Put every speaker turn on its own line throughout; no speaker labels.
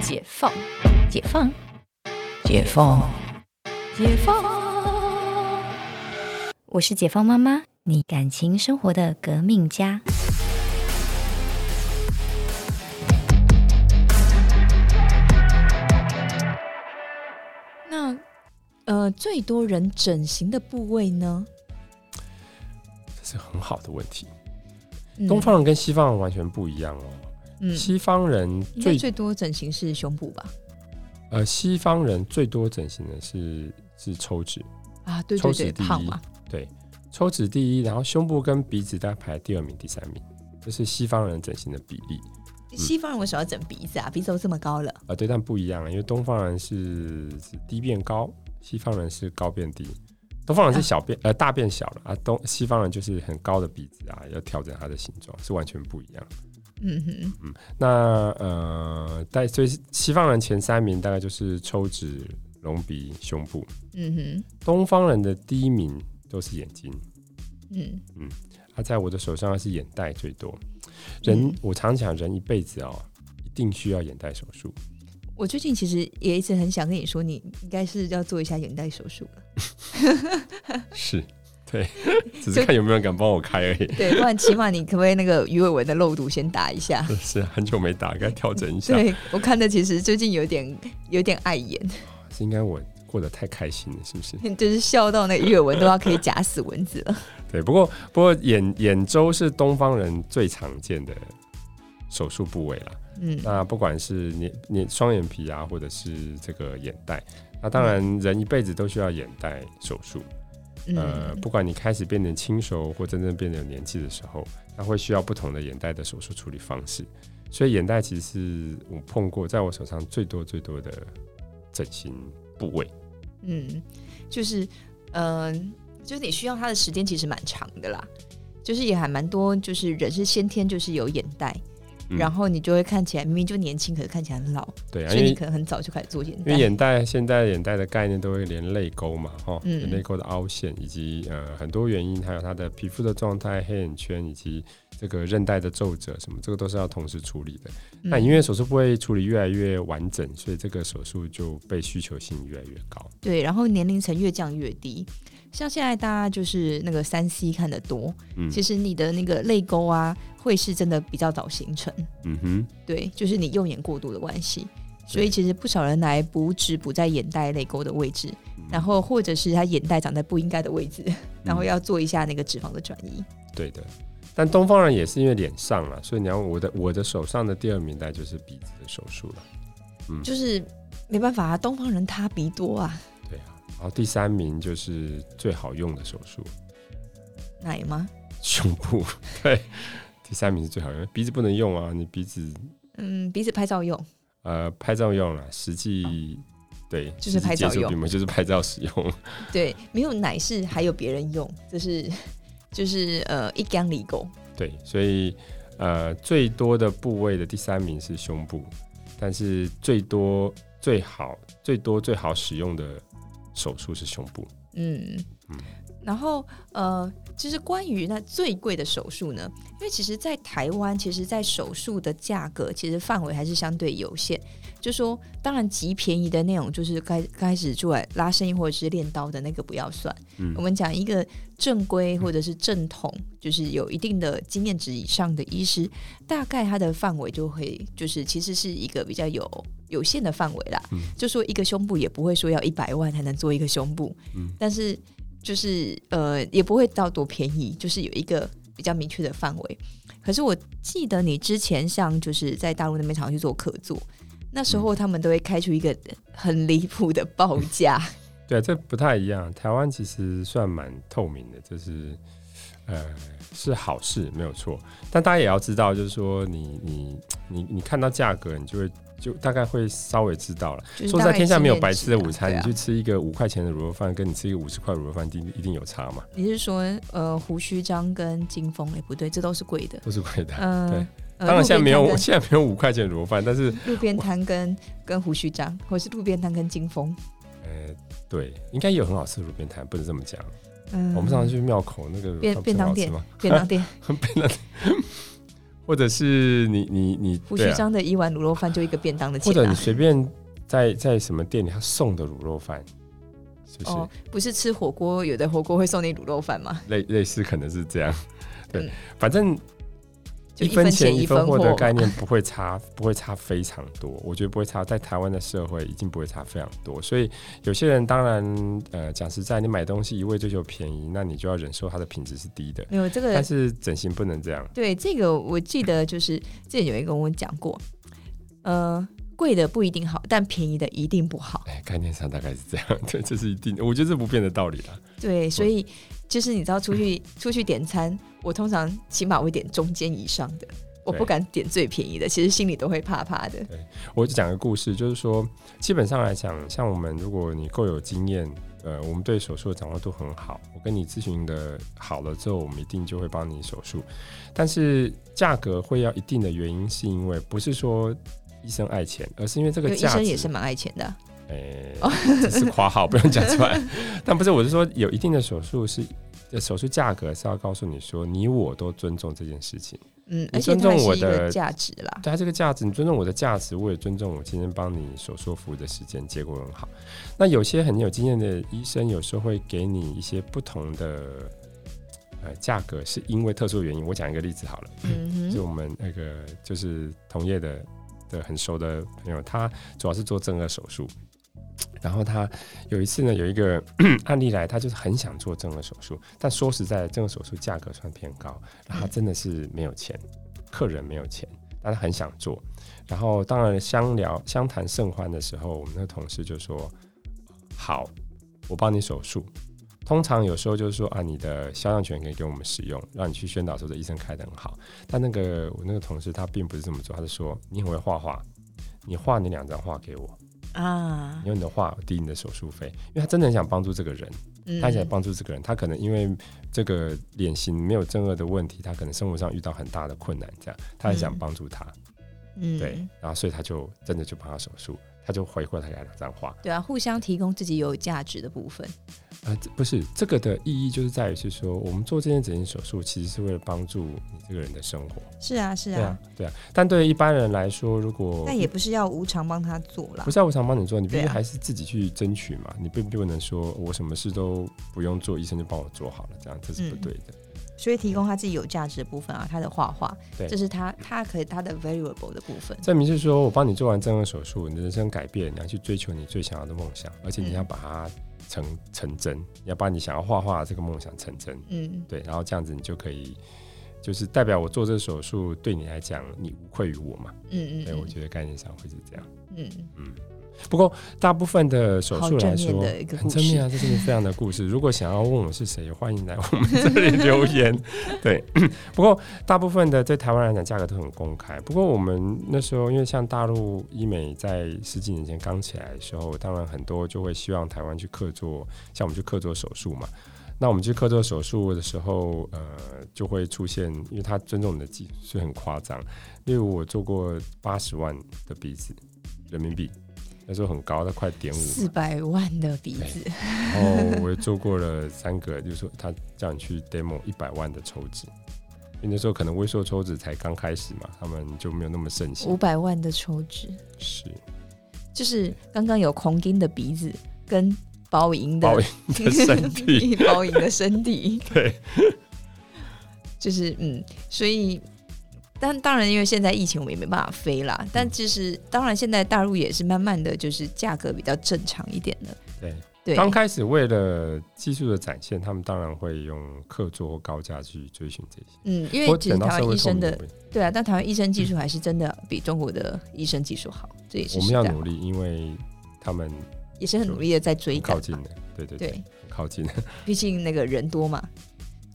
解放，解放，解放，解放。
我是解放妈妈，你感情生活的革命家。
那呃，最多人整形的部位呢？
这是很好的问题。
嗯
东方人跟西方人完全不一样哦。
嗯，
西方人
应该
最
最多整形是胸部吧？
呃，西方人最多整形的是是抽脂，
啊，对对
抽脂
对，
第一
胖嘛，
抽脂第一，然后胸部跟鼻子大概排第二名、第三名，这是西方人整形的比例
西方人为什么要整鼻子啊？鼻子都这么高了，
啊、对，但不一样，因为东方人是是低变高，西方人是高变低。东方人
啊
是小变、呃大变小了啊，东西方人就是很高的鼻子啊，要调整它的形状是完全不一样。
嗯哼，
那呃，在所以西方人前三名大概就是抽脂、隆鼻、胸部，
嗯哼，
东方人的第一名都是眼睛。
嗯，
啊，在我的手上是眼袋最多。人，
嗯
我常讲，人一辈子哦，一定需要眼袋手术。
我最近其实也一直很想跟你说，你应该是要做一下眼袋手术 了，
是， 对，只是看有没有人敢帮我开而已。
对，不然起码你可不可以那个鱼尾纹的肉毒先打一 下？
是很久没打，该调整一下。
对我看的其实最近有点有点碍眼，
是应该我过得太开心了，是不是？
就是笑到那个鱼尾纹都要可以夹死蚊子了。
对，不过不过眼眼周是东方人最常见的手术部位啦。
嗯，
那不管是你你双眼皮啊，或者是这个眼袋，那当然人一辈子都需要眼袋手术。呃，
嗯，
不管你开始变得轻熟或真正变得有年纪的时候，它会需要不同的眼袋的手术处理方式。所以眼袋其实是我碰过，在我手上最多最多的整形部位。
嗯，就是，嗯、就是你需要它的时间其实蛮长的啦，就是也还蛮多，就是人是先天就是有眼袋，
嗯
然后你就会看起来明明就年轻，可是看起来很老，
对啊，
所以
因
你
为
可能很早就开始做眼
因
袋。
为眼袋现在眼袋的概念都会连泪沟嘛，哈、
嗯
连泪沟的凹陷以及呃很多原因，还有它的皮肤的状态、黑眼圈以及这个韧带的皱褶什么，这个都是要同时处理的。
嗯
哎那因为手术部位处理越来越完整，所以这个手术就被需求性越来越高。
对，然后年龄层越降越低，像现在大家就是那个三 C 看得多，
嗯
其实你的那个泪沟啊，会是真的比较早形成，
嗯哼，
对，就是你用眼过度的关系。所以其实不少人来补脂补在眼袋泪沟的位置，
嗯
然后或者是他眼袋长在不应该的位置，然后要做一下那个脂肪的转移。
对的。但东方人也是因为脸上了，所以你要我的我的手上的第二名代就是鼻子的手术了。
就是没办法啊，东方人塌鼻多啊，
对啊，然后第三名就是最好用的手术，
奶吗？
胸 部。对，第三名是最好用，鼻子不能用啊，你鼻子
嗯，鼻子拍照用，
呃拍照用了，实际。对，
啊就是拍照用
实际接触并没有就是拍照使用。
对，没有奶是还有别人用，这是就是呃一缸里沟。
对，所以呃，最多的部位的第三名是胸部，但是最多、最好、最多、最好使用的手术是胸部。
嗯
嗯，
然后呃，就是关于那最贵的手术呢，因为其实，在台湾，其实，在手术的价格其实范围还是相对有限。就说，当然极便宜的那种，就是开开始出来拉伸或者是练刀的那个不要算。
嗯
我们讲一个正规或者是正统，就是有一定的经验值以上的医师，大概它的范围就会就是其实是一个比较有有限的范围啦。
嗯
就说一个胸部也不会说要一百万才能做一个胸部，
嗯
但是就是呃也不会到多便宜，就是有一个比较明确的范围。可是我记得你之前像就是在大陆那边常常去做客座，那时候他们都会开出一个很离谱的报价。
对，这不太一样。台湾其实算蛮透明的，就是呃是好事，没有错。但大家也要知道，就是说你你你你看到价格，你就会就大概会稍微知道了。
就是
说
嗯
实
大
在，
概
天下没有
经验
白
值
吃的
啊
午餐，
对
你
啊
去吃一个五块钱的卤肉饭，跟你吃一个五十块卤肉饭，一定一定有差嘛，
你是说呃胡须章跟金风？哎、不对，这都是贵的。
都是贵的。
嗯、
对
呃，
当然现在没
路
有，
边
现在没有五块钱的卤肉饭，但是
摊 跟路边摊跟跟胡须章，或是路边摊跟金风。
呃，对，应该也有很好吃的路边摊，不能这么讲。
嗯，
我们上次去庙口那个啊
便
卤肉饭
便当
不是
店
很好吃吗？
便当店，
便当店或者是你你你
胡
对
须
啊
章的一碗卤肉饭就一个便当的
或
钱
者你
啊。
随便在在什么店里他送的卤肉饭，是不是、
哦，不是吃火锅，有的火锅会送你卤肉饭嘛，
类类似可能是这样？对，
嗯
反正
就
一
一分
钱
钱
一
一分
货
货
的
嘛。
概念不会差，不会差非常多。我觉得不会差，在台湾的社会已经不会差非常多。所以有些人当然，呃，讲实在，你买东西一味追求便宜，那你就要忍受它的品质是低的。
没有这个
但是整形不能这样，
对，这个我记得就是之前有人跟我讲过，呃，贵的不一定好，但便宜的一定不好。
哎，概念上大概是这样，对，这是一定，我觉得这不变的道理啦。
对，所以就是你知道出 去出去点餐，我通常起码会点中间以上的，我不
对
敢点最便宜的，其实心里都会怕怕的。
我就讲个故事，就是说，基本上来讲，像我们，如果你够有经验，呃，我们对手术的掌握度很好，我跟你咨询的好了之后，我们一定就会帮你手术。但是价格会要一定的原因，是因为不是说医生爱钱，而是因为这
因
个
为医
价值
生也是蛮爱钱的啊，
诶，这是夸号，不用讲出来。但不是，我是说有一定的手术是。呃手术价格是要告诉你说，你我都尊重这件事情。
嗯，
你
而且
尊
它
重
也
我
是一个
的
价值啦。
对它啊这个价值，你尊重我的价值，我也尊重我今天帮你手术服务的时间，结果很好。那有些很有经验的医生，有时候会给你一些不同的呃价格，是因为特殊原因。我讲一个例子好了，
嗯
就
哼，
我们那个就是同业的的很熟的朋友，他主要是做正颌手术。然后他有一次呢，有一个 案例来，他就是很想做正颌手术，但说实在，正颌手术价格算偏高，然后他真的是没有钱，客人没有钱，但他很想做。然后当然相聊相谈甚欢的时候，我们的同事就说：“好，我帮你手术。”通常有时候就是说啊，你的肖像权可以给我们使用，让你去宣导说这医生开的很好。但那个我那个同事他并不是这么做，他是说你很会画画，你画你两张画给我，
啊
你，用你的画抵你的手术费，因为他真的很想帮助这个人，
嗯
他想帮助这个人，他可能因为这个脸型没有正颚的问题，他可能生活上遇到很大的困难，这样他很想
嗯
帮助他，
嗯
对，然后所以他就真的就帮他手术，他就回过他给他两张画，
对啊，互相提供自己有价值的部分。
啊，这不是这个的意义，就是在于是说，我们做这件整形手术，其实是为了帮助你这个人的生活。
是啊，是
对，，对啊。但对于一般人来说，如果
但也不是要无偿帮他做啦
哦嗯不。是要无偿帮你做，你必须
对啊
还是自己去争取嘛。你并不能说我什么事都不用做，医生就帮我做好了，这样这是不
嗯
对的。
所以提供他自己有价值的部分啊，他的画画，
对
这是他他可以他的 valuable 的部分。
证明是说我帮你做完正颌手术，你的人生改变，你要去追求你最想要的梦想，而且你
嗯
要把它成成真，你要把你想要画画的这个梦想成真。
嗯，
对，然后这样子你就可以，就是代表我做这手术对你来讲，你无愧于我嘛。
嗯嗯
对，我
嗯
觉得概念上会是这样。
嗯，
不过大部分的手术来
好正
说
面的一，个
很
故事
正面啊，这是非常的故事。如果想要问我是谁，欢迎来我们这里留 言。对， 不过大部分的在台湾来讲价格都很公开。不过我们那时候因为像大陆医美在十几年前刚起来的时候，当然很多就会希望台湾去客座，像我们去客座手术嘛。那我们去客座手术的时候，呃，就会出现，因为他尊重我们的技术，所以很夸张。例如我做过八十万的鼻子，人民币，那时候很高，到快点五
四。百万的鼻子，
然后我也做过了三个，就是说他叫你去 demo 一百万的抽脂，因为那时候可能微缩抽脂才刚开始嘛，他们就没有那么盛
五
行。
百万的抽脂，
是
就是刚刚有孔丁的鼻子跟包银的
包赢的 身体，，
包银的身体，
对，
就是嗯，所以。但当然，因为现在疫情，我们也没办法飞啦。
嗯
但就是，当然，现在大陆也是慢慢的就是价格比较正常一点了。
对。
对，
刚开始为了技术的展现，他们当然会用客座或高价去追寻这些。
嗯，因
不过
为其实
等到
台
社
湾
会
医
透
生
明
的
度
对啊，但台湾医生技术还是真的比中国的医生技术好，这也是
嗯我们
实
要
在
努力，因为他们
也是很努力的在追
很
赶
靠
嘛。
近的，对对对，
对，
很靠近。
毕竟那个人多嘛。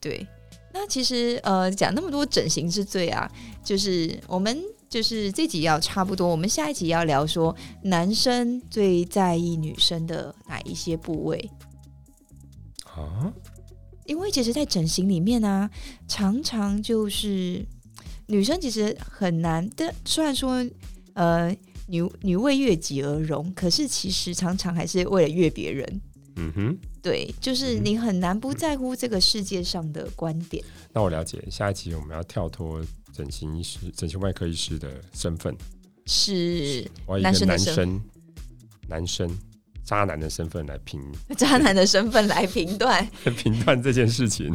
对，那其实呃，讲那么多整形之最啊，就是我们就是这集要差不多，我们下一集要聊说男生最在意女生的哪一些部位。
啊，
因为其实，在整形里面啊，常常就是女生其实很难的。虽然说，呃，女女为悦己而容，可是其实常常还是为了悦别人。
嗯哼，
对，
嗯
就是你很难不在乎这个世界上的观点。
那我了解。下一集我们要跳脱整形医师、整形外科医师的身份，
是
我要以
男
一
生的身
个男生、男生、渣男的身份来评
渣男的身份来评断，
评断这件事情。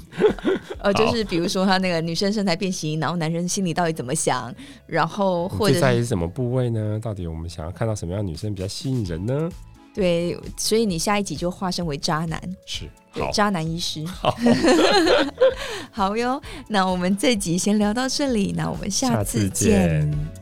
呃，就是比如说他那个女生身材变形，然后男生心里到底怎么想，然后
你
或
最在
者
意什么部位呢？到底我们想要看到什么样的女生比较吸引人呢？
对，所以你下一集就化身为渣男，
是
对
好，
渣男医师。 好哟，那我们这集先聊到这里，那我们下次
下次见
见